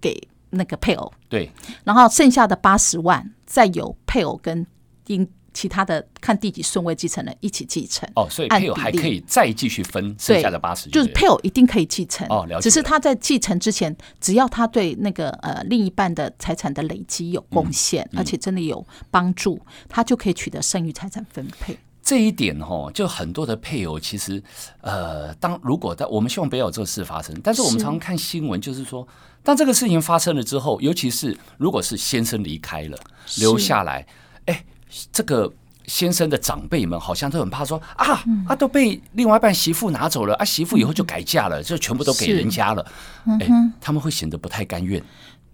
Speaker 2: 给那个配偶，
Speaker 1: 对，
Speaker 2: 然后剩下的八十万再由配偶跟因其他的看第几顺位继承人一起继承。
Speaker 1: 哦，所以
Speaker 2: 按
Speaker 1: 配偶还
Speaker 2: 比例
Speaker 1: 可以再继续分剩下的八十，
Speaker 2: 就是配偶一定可以继承
Speaker 1: 哦了解
Speaker 2: 只是
Speaker 1: 了
Speaker 2: 他在继承之前，只要他对那个呃另一半的财产的累积有贡献，
Speaker 1: 嗯
Speaker 2: 而且真的有帮助，他就可以取得剩余财产分配。
Speaker 1: 这一点哦，就很多的配偶其实，呃，当如果在我们希望不要有这个事发生，但是我们
Speaker 2: 是
Speaker 1: 常常看新闻，就是说，当这个事情发生了之后，尤其是如果是先生离开了，留下来，哎，这个先生的长辈们好像都很怕说啊啊，都被另外一半媳妇拿走了啊，媳妇以后就改嫁了，就全部都给
Speaker 2: 是
Speaker 1: 人家了，哎，他们会显得不太甘愿，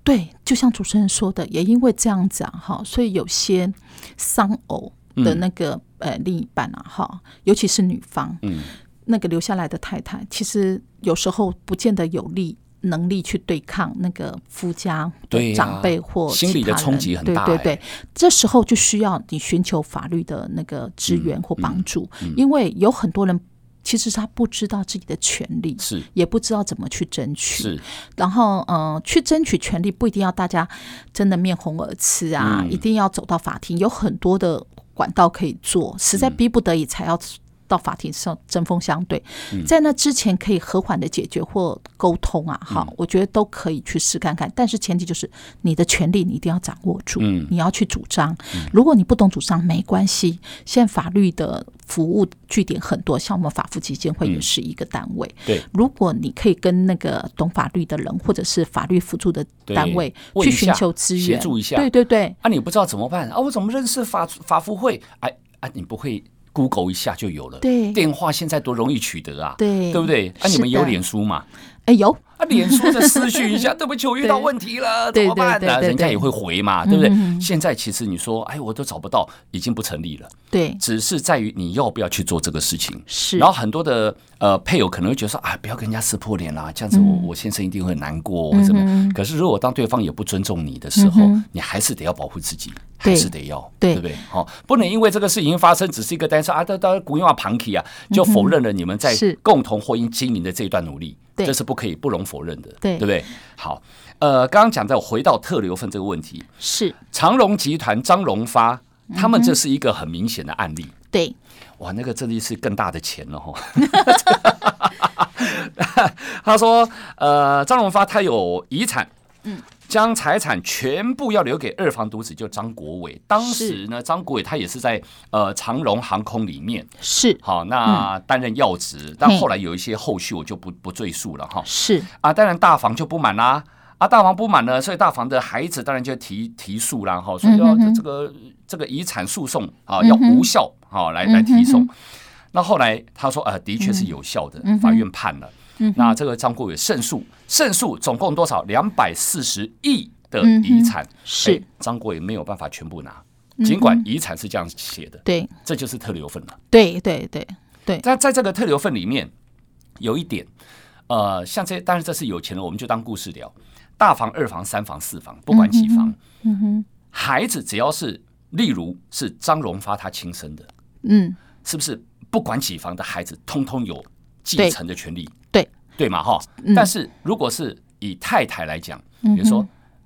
Speaker 2: 对，就像主持人说的，也因为这样子啊，哈，所以有些丧偶
Speaker 1: 嗯
Speaker 2: 的那个、呃另一半啊，哈，尤其是女方，
Speaker 1: 嗯，
Speaker 2: 那个留下来的太太，其实有时候不见得有力。能力去对抗那个夫家
Speaker 1: 对呀
Speaker 2: 的长辈或
Speaker 1: 心理的
Speaker 2: 其他人
Speaker 1: 冲击很大
Speaker 2: 对
Speaker 1: 哎
Speaker 2: 对对，这时候就需要你寻求法律的那个支
Speaker 1: 嗯
Speaker 2: 援或帮助，因为有很多人其实他不知道自己的权利，
Speaker 1: 是
Speaker 2: 也不知道怎么去争取。
Speaker 1: 是，
Speaker 2: 然后嗯、呃去争取权利不一定要大家真的面红耳赤啊，一定要走到法庭，有很多的管道可以做，实在逼不得已才要。到法庭上针锋相对，在那之前可以和缓的解决或沟通啊，好，我觉得都可以去试看看，但是前提就是你的权利你一定要掌握住，
Speaker 1: 嗯
Speaker 2: 你要去主张。如果你不懂主张没关系，现在法律的服务据点很多，像我们法服基金会也是一个单位，
Speaker 1: 嗯对，
Speaker 2: 如果你可以跟那个懂法律的人，或者是法律辅助的
Speaker 1: 对
Speaker 2: 单位
Speaker 1: 问
Speaker 2: 去
Speaker 1: 一
Speaker 2: 寻
Speaker 1: 下
Speaker 2: 求资
Speaker 1: 协
Speaker 2: 源，
Speaker 1: 助一下
Speaker 2: 对对对，
Speaker 1: 啊，你不知道怎么办啊？我怎么认识法法服会？哎啊，你不会 Google 一下就有了。
Speaker 2: 对
Speaker 1: 电话现在多容易取得啊，
Speaker 2: 对
Speaker 1: 对不对？啊，你
Speaker 2: 是
Speaker 1: 们有
Speaker 2: 的
Speaker 1: 脸书嘛？
Speaker 2: 哎有，
Speaker 1: 啊，脸书的私讯一下， 对不起，我遇到
Speaker 2: 对
Speaker 1: 问题了，怎
Speaker 2: 对
Speaker 1: 么办
Speaker 2: 对
Speaker 1: 呢？
Speaker 2: 对对
Speaker 1: 人家
Speaker 2: 对嗯
Speaker 1: 也会回嘛，对不对？现在其实你说，哎，我都找不到，已经不成立了，
Speaker 2: 对
Speaker 1: 只是在于你要不要去做这个事情。
Speaker 2: 是，
Speaker 1: 然后很多的呃配偶可能会觉得说啊，不要跟人家撕破脸啦，这样子我、
Speaker 2: 嗯
Speaker 1: 我先生一定会很难过，或者怎么样？可是如果当对方也不尊重你的时候，你还是得要保护自己，还
Speaker 2: 嗯对
Speaker 1: 是得要，
Speaker 2: 对
Speaker 1: 不对？好、不能因为这个事情发生，只是一个单身啊，到到古用啊庞 k 啊，就否认了你们在
Speaker 2: 嗯是
Speaker 1: 共同婚姻经营的这一段努力，
Speaker 2: 对
Speaker 1: 这是不可以不容否认的，
Speaker 2: 对
Speaker 1: 对不对？好，呃，刚刚讲到回到特留份这个问题，
Speaker 2: 是
Speaker 1: 长荣集团张荣发，他
Speaker 2: 嗯
Speaker 1: 们这是一个很明显的案例。
Speaker 2: 对
Speaker 1: 哇，那个真的是更大的钱了哈。 他说，呃，张荣发他有遗产，嗯，将财产全部要留给二房独子，就张国伟。当时呢，张国伟他也是在呃长荣航空里面，
Speaker 2: 是
Speaker 1: 好那担任要职，但后来有一些后续我就不不赘述了哈。
Speaker 2: 是
Speaker 1: 啊，当然大房就不满啦。啊，大房不满呢，所以大房的孩子当然就提提诉啦，哈，所
Speaker 2: 嗯
Speaker 1: 以要这个这个遗产诉讼啊，要无效啊，来来提
Speaker 2: 嗯
Speaker 1: 送。那后来他说，呃，的确是有效的
Speaker 2: 嗯哼，
Speaker 1: 法院判了
Speaker 2: 嗯哼。
Speaker 1: 那这个张国伟胜诉，胜诉总共多少？两百四十亿的
Speaker 2: 嗯哼
Speaker 1: 遗产，
Speaker 2: 是嗯
Speaker 1: 哎，张国伟没有办法全部拿，尽管遗产是这样写的，
Speaker 2: 对
Speaker 1: 这就是特留份了。
Speaker 2: 对对对，
Speaker 1: 在在这个特留份里面，有一点，呃，像这当然这是有钱人，我们就当故事聊。大房、二房、三房、四房，不管几房，
Speaker 2: 嗯哼，
Speaker 1: 孩子只要是，例如是张荣发他亲生的，
Speaker 2: 嗯，
Speaker 1: 是不是？不管几房的孩子，通通有继承的权利，
Speaker 2: 对
Speaker 1: 对嘛？哈、
Speaker 2: 嗯
Speaker 1: 但是如果是以太太来讲，比如说，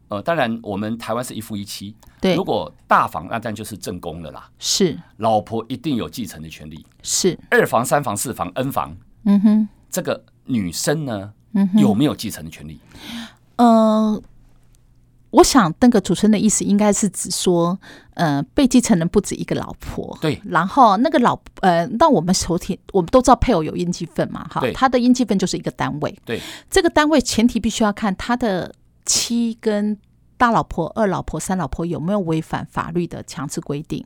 Speaker 1: 呃，当然我们台湾是一夫一妻，
Speaker 2: 对
Speaker 1: 如，果大房那当然就是正宫了啦，
Speaker 2: 是
Speaker 1: 老婆一定有继承的权利。
Speaker 2: 是，
Speaker 1: 二房、三房、四房、n 房，
Speaker 2: 嗯哼，
Speaker 1: 这个女生呢
Speaker 2: 嗯，
Speaker 1: 有没有继承的权利？
Speaker 2: 呃。我想，那个主持人的意思应该是指说，呃，被继承人不止一个老婆，
Speaker 1: 对
Speaker 2: 然后那个老，呃，那我们首先我们都知道配偶有应继分嘛，哈
Speaker 1: 对，
Speaker 2: 他的应继分就是一个单位，
Speaker 1: 对，
Speaker 2: 这个单位前提必须要看他的妻跟大老婆、二老婆、三老婆有没有违反法律的强制规定。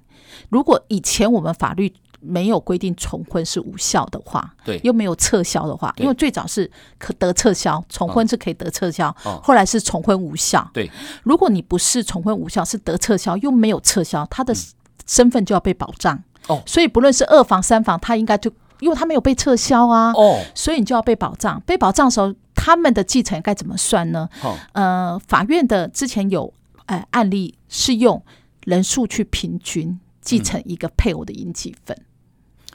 Speaker 2: 如果以前我们法律没有规定重婚是无效的话，
Speaker 1: 对
Speaker 2: 又没有撤销的话，
Speaker 1: 对嗯
Speaker 2: 因为最早是可得撤销，重婚是可以得撤销，
Speaker 1: 哦
Speaker 2: 后来是重婚无效。
Speaker 1: 对，
Speaker 2: 如果你不是重婚无效，是得撤销又没有撤销，他的身份就要被保障。
Speaker 1: 嗯哦
Speaker 2: 所以不论是二房、三房，他应该就因为他没有被撤销啊，
Speaker 1: 哦，
Speaker 2: 所以你就要被保障。被保障的时候，他们的继承该怎么算呢？
Speaker 1: 好，
Speaker 2: 呃，法院的之前有呃案例是用人数去平均继承一个配偶的应继分。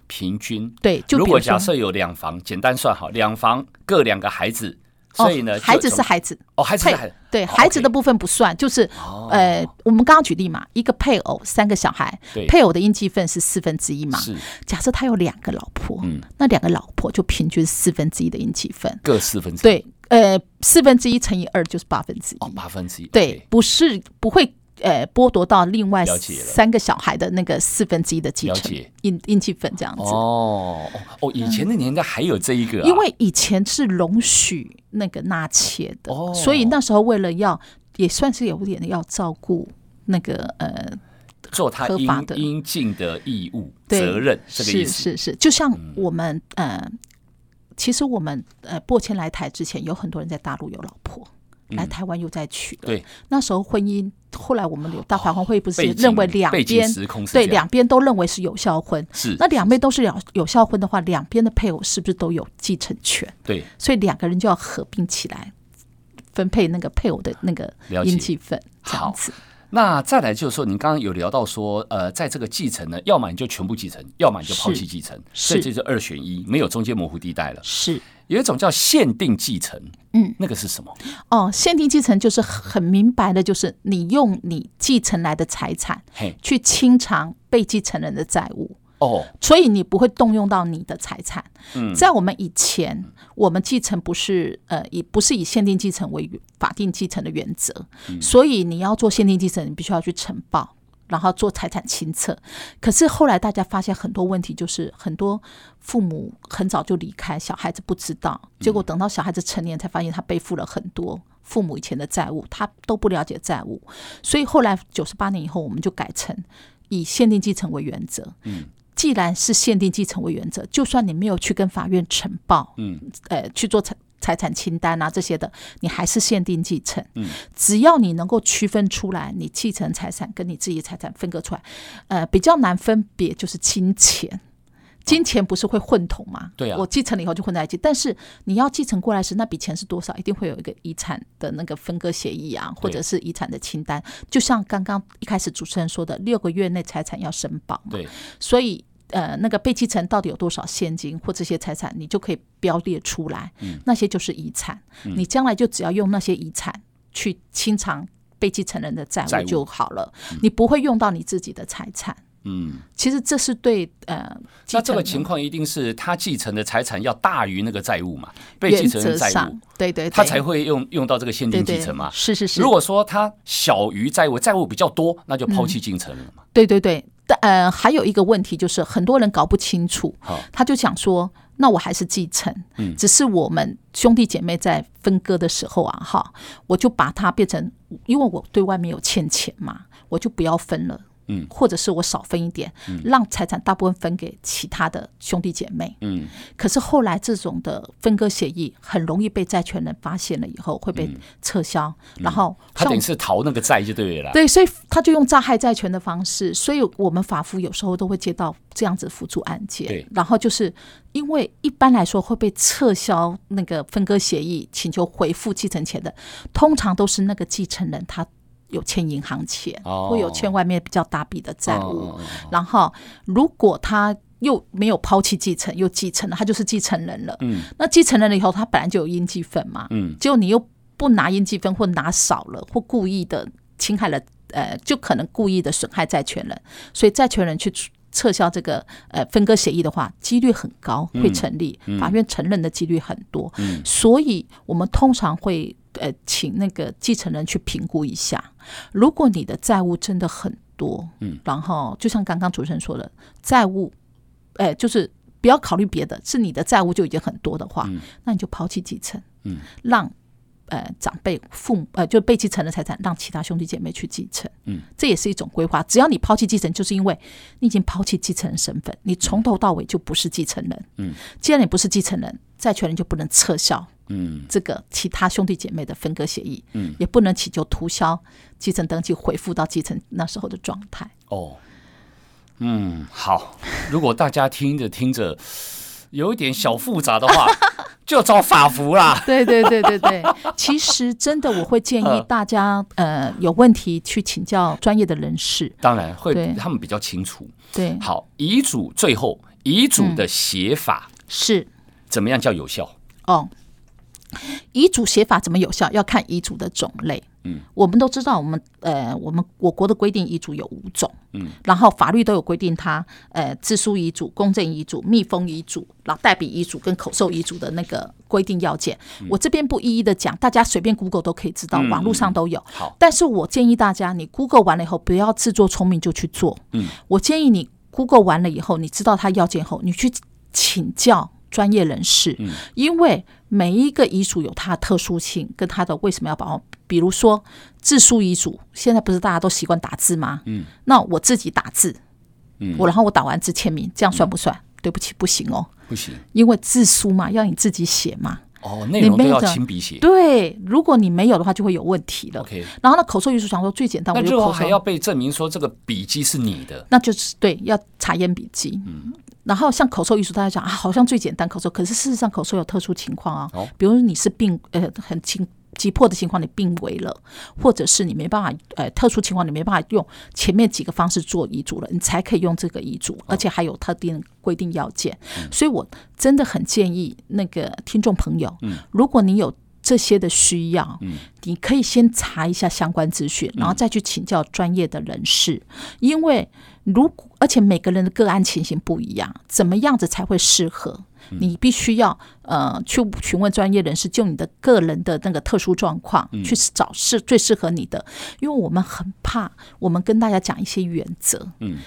Speaker 1: 平均。
Speaker 2: 对，就
Speaker 1: 如
Speaker 2: 比
Speaker 1: 果
Speaker 2: 说
Speaker 1: 假设有两房，简单算好，两房各两个孩子，所以呢，
Speaker 2: 哦、孩
Speaker 1: 就
Speaker 2: 子是孩子，
Speaker 1: 哦，孩子
Speaker 2: 配
Speaker 1: 是孩子
Speaker 2: 对
Speaker 1: 哦
Speaker 2: 孩子
Speaker 1: OK
Speaker 2: 的部分不算，就是
Speaker 1: 哦，
Speaker 2: 呃，我们刚刚举例嘛，一个配偶三个小孩，
Speaker 1: 对，
Speaker 2: 配偶的应继分是四分之一嘛。
Speaker 1: 是
Speaker 2: 假设他有两个老婆，
Speaker 1: 嗯
Speaker 2: 那两个老婆就平均四分之一的应继分。
Speaker 1: 各四分之一，
Speaker 2: 对，呃，四分之一乘以二就是八分之一。
Speaker 1: 哦，八分之一，
Speaker 2: 对，不是不会呃剥夺到另外
Speaker 1: 了解了
Speaker 2: 三个小孩的那个四分之一的继
Speaker 1: 了
Speaker 2: 承
Speaker 1: 解
Speaker 2: 应应继分这样
Speaker 1: OK
Speaker 2: 子。
Speaker 1: 哦哦哦，以前的年代还有这一个啊，
Speaker 2: 嗯因为以前是容许那个纳妾的，
Speaker 1: 哦
Speaker 2: 所以那时候为了要也算是有点要照顾那个呃，
Speaker 1: 做他
Speaker 2: 合
Speaker 1: 应
Speaker 2: 法的
Speaker 1: 应尽的义务
Speaker 2: 对
Speaker 1: 责任，这个意思。
Speaker 2: 是
Speaker 1: 嗯
Speaker 2: 是是，就像我们、呃，其实我们呃，破迁来台之前，有很多人在大陆有老婆，来台湾又再娶了。
Speaker 1: 嗯对，哦
Speaker 2: 那时候婚姻，后来我们有大法官会不是
Speaker 1: 背景
Speaker 2: 认为两
Speaker 1: 背景
Speaker 2: 边
Speaker 1: 时空是
Speaker 2: 对
Speaker 1: 这样
Speaker 2: 两边都认为是有效婚，
Speaker 1: 是
Speaker 2: 那两边都是有有效婚的话，两边的配偶是不是都有继承权？
Speaker 1: 对
Speaker 2: 所以两个人就要合并起来分配那个配偶的那个
Speaker 1: 了解
Speaker 2: 应继分，这样
Speaker 1: 好
Speaker 2: 子。
Speaker 1: 那再来就是说，您刚刚有聊到说，呃，在这个继承呢，要么你就全部继承，要么你就抛弃继承，
Speaker 2: 是
Speaker 1: 所以这就是二选一，没有中间模糊地带了。
Speaker 2: 是
Speaker 1: 有一种叫限定继承，
Speaker 2: 嗯，
Speaker 1: 那个是什么？
Speaker 2: 哦，限定继承就是很明白的，就是你用你继承来的财产
Speaker 1: 嘿，
Speaker 2: 去清偿被继承人的债务。
Speaker 1: 哦，
Speaker 2: 所以你不会动用到你的财产。在我们以前，我们继承不是呃以不是以限定继承为法定继承的原则，所以你要做限定继承，你必须要去呈报，然后做财产清册。可是后来大家发现很多问题，就是很多父母很早就离开，小孩子不知道，结果等到小孩子成年才发现他背负了很多。父母以前的债务，他都不了解债务，所以后来九十八年以后，我们就改成以限定继承为原则，既然是限定继承为原则，就算你没有去跟法院呈报，嗯，呃，去做财财产清单啊这些的，你还是限定继承。嗯，只要你能够区分出来，你继承财产跟你自己财产分割出来，呃，比较难分别就是金钱。金钱不是会混同吗？
Speaker 1: 对啊
Speaker 2: 我继承了以后就混在一起。但是你要继承过来时，那笔钱是多少，一定会有一个遗产的那个分割协议啊，或者是遗产的清单。就像刚刚一开始主持人说的，六个月内财产要申报嘛。
Speaker 1: 对，
Speaker 2: 所以呃，那个被继承到底有多少现金或这些财产，你就可以标列出来，
Speaker 1: 嗯
Speaker 2: 那些就是遗产，你将来就只要用那些遗产去清偿被继承人的债
Speaker 1: 债务
Speaker 2: 务就好了，你不会用到你自己的财产。
Speaker 1: 嗯，
Speaker 2: 其实这是对呃，
Speaker 1: 那这个
Speaker 2: 继承
Speaker 1: 情
Speaker 2: 人
Speaker 1: 况一定是他继承的财产要大于那个债务嘛，被继
Speaker 2: 原
Speaker 1: 承人
Speaker 2: 则
Speaker 1: 债务
Speaker 2: 上，，对对，
Speaker 1: 他
Speaker 2: 对
Speaker 1: 才会用用到这个现
Speaker 2: 对
Speaker 1: 金
Speaker 2: 对
Speaker 1: 继承嘛。
Speaker 2: 是是是，
Speaker 1: 如果说他小于债务，债务比较多，那就抛
Speaker 2: 嗯
Speaker 1: 弃继承人了嘛。
Speaker 2: 对对对，但呃，还有一个问题就是很多人搞不清楚
Speaker 1: 好，嗯
Speaker 2: 他就想说，那我还是继承，只是我们兄弟姐妹在分割的时候啊，哈，我就把它变成，因为我对外面有欠钱嘛，我就不要分了。
Speaker 1: 嗯，
Speaker 2: 或者是我少分一点，让财产大部分分给其他的兄弟姐妹。
Speaker 1: 嗯，
Speaker 2: 可是后来这种的分割协议很容易被债权人发现了以后会被撤销，然后
Speaker 1: 嗯他
Speaker 2: 像
Speaker 1: 等于是逃那个债就对了啦。
Speaker 2: 对，所以他就用诈害债权的方式，所以我们法服有时候都会接到这样子辅助案件
Speaker 1: 对。
Speaker 2: 然后就是因为一般来说会被撤销那个分割协议，请求回复继承权的，通常都是那个继承人他有欠银行钱，
Speaker 1: 哦
Speaker 2: 或有欠外面比较大笔的债务。
Speaker 1: 哦哦哦
Speaker 2: 然后如果他又没有抛弃继承，又继承了，他就是继承人了。
Speaker 1: 嗯，
Speaker 2: 那继承人了以后，他本来就有应继分嘛。
Speaker 1: 嗯，
Speaker 2: 结果你又不拿应继分，或拿少了，或故意的侵害了，呃，就可能故意的损害债权人，所以债权人去撤。撤销这个呃分割协议的话，几率很高会成立，法院承认的几率很多，
Speaker 1: 嗯
Speaker 2: 所以我们通常会呃请那个继承人去评估一下，如果你的债务真的很多，
Speaker 1: 嗯，
Speaker 2: 然后就像刚刚主持人说的，债务，哎、就是不要考虑别的，是你的债务就已经很多的话，
Speaker 1: 嗯
Speaker 2: 那你就抛弃继承，
Speaker 1: 嗯，
Speaker 2: 让呃长辈、父母呃就被继承的财产让其他兄弟姐妹去继承，
Speaker 1: 嗯，
Speaker 2: 这也是一种规划。只要你抛弃继承，就是因为你已经抛弃继承人身份，你从头到尾就不是继承人，
Speaker 1: 嗯，
Speaker 2: 既然你不是继承人，债权人就不能撤销，
Speaker 1: 嗯
Speaker 2: 这个其他兄弟姐妹的分割协议，
Speaker 1: 嗯，
Speaker 2: 也不能祈求涂销继承登记，回复到继承那时候的状态。
Speaker 1: 哦，嗯，好。如果大家听着听着有一点小复杂的 话，就找法服啦。
Speaker 2: 对对对对对，其实真的我会建议大家，呃，有问题去请教专业的人士。
Speaker 1: 当然会
Speaker 2: 对，
Speaker 1: 他们比较清楚。
Speaker 2: 对，
Speaker 1: 好，遗嘱最后遗嘱的写法
Speaker 2: 是
Speaker 1: 怎么样叫有效？
Speaker 2: 哦。遗嘱写法怎么有效？要看遗嘱的种类。
Speaker 1: 嗯，
Speaker 2: 我们都知道，我们呃，我们我国的规定遗嘱有五种。
Speaker 1: 嗯，
Speaker 2: 然后法律都有规定它，呃，自书遗嘱、公证遗嘱、密封遗嘱、然后代笔遗嘱跟口授遗嘱的那个规定要件。我这边不一一的讲，大家随便 Google 都可以知道，
Speaker 1: 嗯
Speaker 2: 网络上都有。
Speaker 1: 好，
Speaker 2: 但是我建议大家，你 Google 完了以后，不要自作聪明就去做。
Speaker 1: 嗯，
Speaker 2: 我建议你 Google 完了以后，你知道它要件后，你去请教专业人士，
Speaker 1: 嗯
Speaker 2: 因为每一个遗嘱有它的特殊性，跟它的为什么要保护。比如说自书遗嘱，现在不是大家都习惯打字吗？
Speaker 1: 嗯，
Speaker 2: 那我自己打字，
Speaker 1: 嗯
Speaker 2: 我然后我打完字签名，这样算不算？对不起，不行哦，
Speaker 1: 不行
Speaker 2: 因为自书嘛，要你自己写嘛。
Speaker 1: 哦，内容都
Speaker 2: 你
Speaker 1: 要
Speaker 2: 背着
Speaker 1: 亲笔写。
Speaker 2: 对，如果你没有的话，就会有问题了。
Speaker 1: OK，
Speaker 2: 然后呢，口授遗嘱想说最简单，
Speaker 1: 那
Speaker 2: 我
Speaker 1: 日
Speaker 2: 就
Speaker 1: 后
Speaker 2: 口授
Speaker 1: 还，要被证明说这个笔记是你的。嗯
Speaker 2: 那就是对，要查验笔记。然后像口授遗嘱，大家讲啊，好像最简单口授，可是事实上口授有特殊情况啊，
Speaker 1: 哦
Speaker 2: 比如你是病呃很急急迫的情况，你病危了，或者是你没办法呃特殊情况，你没办法用前面几个方式做遗嘱了，你才可以用这个遗
Speaker 1: 哦
Speaker 2: 嘱，而且还有特定规定要件。
Speaker 1: 嗯
Speaker 2: 所以我真的很建议那个听众朋友，嗯如果你有这些的需要，你可以先查一下相关资讯，然后再去请教专业的人士，因为如果而且每个人的个案情形不一样，怎么样子才会适合？你必须要呃去询问专业人士，就你的个人的那个特殊状况、去找适最适合你的，因为我们很怕我们跟大家讲一些原则，
Speaker 1: 嗯，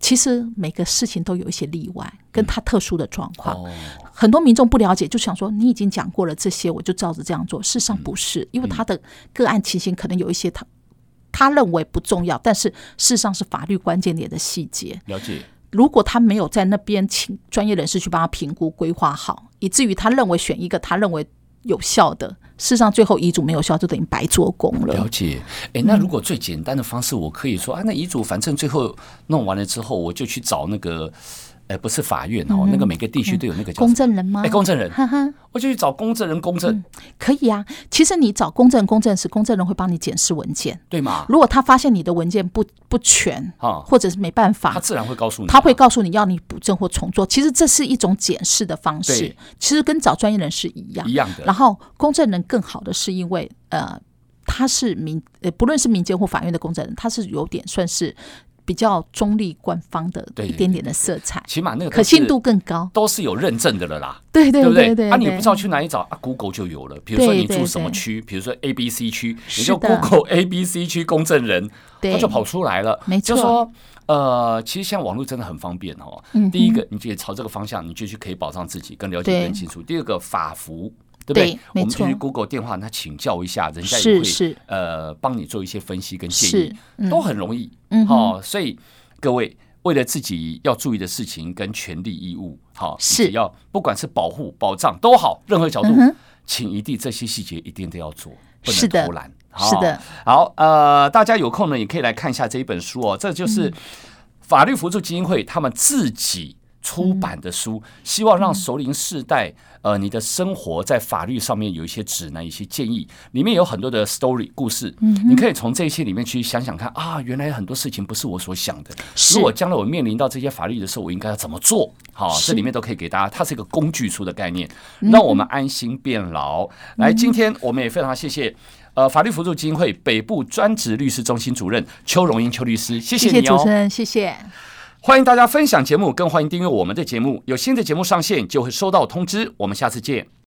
Speaker 2: 其实每个事情都有一些例外，跟他特殊的状况。
Speaker 1: 哦，
Speaker 2: 很多民众不了解，就想说你已经讲过了这些，我就照着这样做。事实
Speaker 1: 嗯
Speaker 2: 上不是，因为他的个案情形可能有一些他他认为不重要，但是事实上是法律关键点的细节。
Speaker 1: 了解。
Speaker 2: 如果他没有在那边请专业人士去帮他评估规划好，以至于他认为选一个他认为有效的，事实上最后遗嘱没有效，就等于白做工
Speaker 1: 了
Speaker 2: 了。
Speaker 1: 解，哎，
Speaker 2: 嗯
Speaker 1: 那如果最简单的方式，我可以说啊，那遗嘱反正最后弄完了之后，我就去找那个，呃，不是法院哦，那个每个地区都有那个叫
Speaker 2: 嗯公证人吗
Speaker 1: 哎？公证人，
Speaker 2: 哈哈，
Speaker 1: 我就去找公证人公证，
Speaker 2: 可以啊。其实你找公证公证时，公证人会帮你检视文件。
Speaker 1: 对吗？
Speaker 2: 如果他发现你的文件不不全，
Speaker 1: 啊，
Speaker 2: 或者是没办法
Speaker 1: 他，自然会告诉你，
Speaker 2: 他会告诉你要你补正或重做。其实这是一种检视的方式
Speaker 1: 对，
Speaker 2: 其实跟找专业人士一样
Speaker 1: 一。样的
Speaker 2: 然，后公证人更好的是因为呃，他是民呃，不论是民间或法院的公证人，他是有点算是。比较中立官方的
Speaker 1: 对
Speaker 2: 一点点的色彩，
Speaker 1: 起码那个都
Speaker 2: 可信
Speaker 1: 是
Speaker 2: 度更高。
Speaker 1: 都是有认证的了啦，
Speaker 2: 对对
Speaker 1: 不
Speaker 2: 对
Speaker 1: 对？
Speaker 2: 对，
Speaker 1: 啊，你不知道去哪里找啊，Google 就有了。比如说
Speaker 2: 对
Speaker 1: 你住
Speaker 2: 对
Speaker 1: 什么
Speaker 2: 对
Speaker 1: 区，比如说 A、B、C 区，你
Speaker 2: 是
Speaker 1: 就
Speaker 2: 的
Speaker 1: Google A、B、C 区公证人，
Speaker 2: 对，
Speaker 1: 它就跑出来了。
Speaker 2: 没
Speaker 1: 就
Speaker 2: 错
Speaker 1: 说呃，其实现在网络真的很方便哦。
Speaker 2: 嗯哼
Speaker 1: 第一个，你就朝这个方向，你就去可以保障自己，更了解
Speaker 2: 对
Speaker 1: 更清楚。第二个，法服。对不对？
Speaker 2: 对
Speaker 1: 我
Speaker 2: 没
Speaker 1: 们就去
Speaker 2: 错
Speaker 1: Google 电话，那请教一下，人家也
Speaker 2: 是
Speaker 1: 会
Speaker 2: 是
Speaker 1: 呃帮你做一些分析跟建
Speaker 2: 是
Speaker 1: 议，，都很容易。
Speaker 2: 嗯哼
Speaker 1: 哦，所以各位为了自己要注意的事情跟权利义务，好、以
Speaker 2: 是
Speaker 1: 及要不管是保护、保障都好，任何角度，
Speaker 2: 嗯哼
Speaker 1: 请一定这些细节一定都要做，不
Speaker 2: 是的
Speaker 1: 能偷懒。
Speaker 2: 是
Speaker 1: 好
Speaker 2: 的，
Speaker 1: 好，呃，大家有空呢也可以来看一下这一本书哦，这就是法律辅助基金会他们自己。出版的书，希望让熟龄世代，呃，你的生活在法律上面有一些指南、一些建议。里面有很多的 story 故事，你可以从这些里面去想想看啊，原来很多事情不是我所想的。
Speaker 2: 是
Speaker 1: 如果将来我面临到这些法律的时候，我应该要怎么做？好，
Speaker 2: 是嗯
Speaker 1: 这里面都可以给大家，它是一个工具书的概念，让我们安心变老。来，今天我们也非常谢谢。呃，法律辅助基金会北部专职律师中心主任邱荣英邱律师，谢
Speaker 2: 谢
Speaker 1: 你哦。
Speaker 2: 谢主持人，谢谢。
Speaker 1: 欢迎大家分享节目，更欢迎订阅我们的节目。有新的节目上线就会收到通知。我们下次见。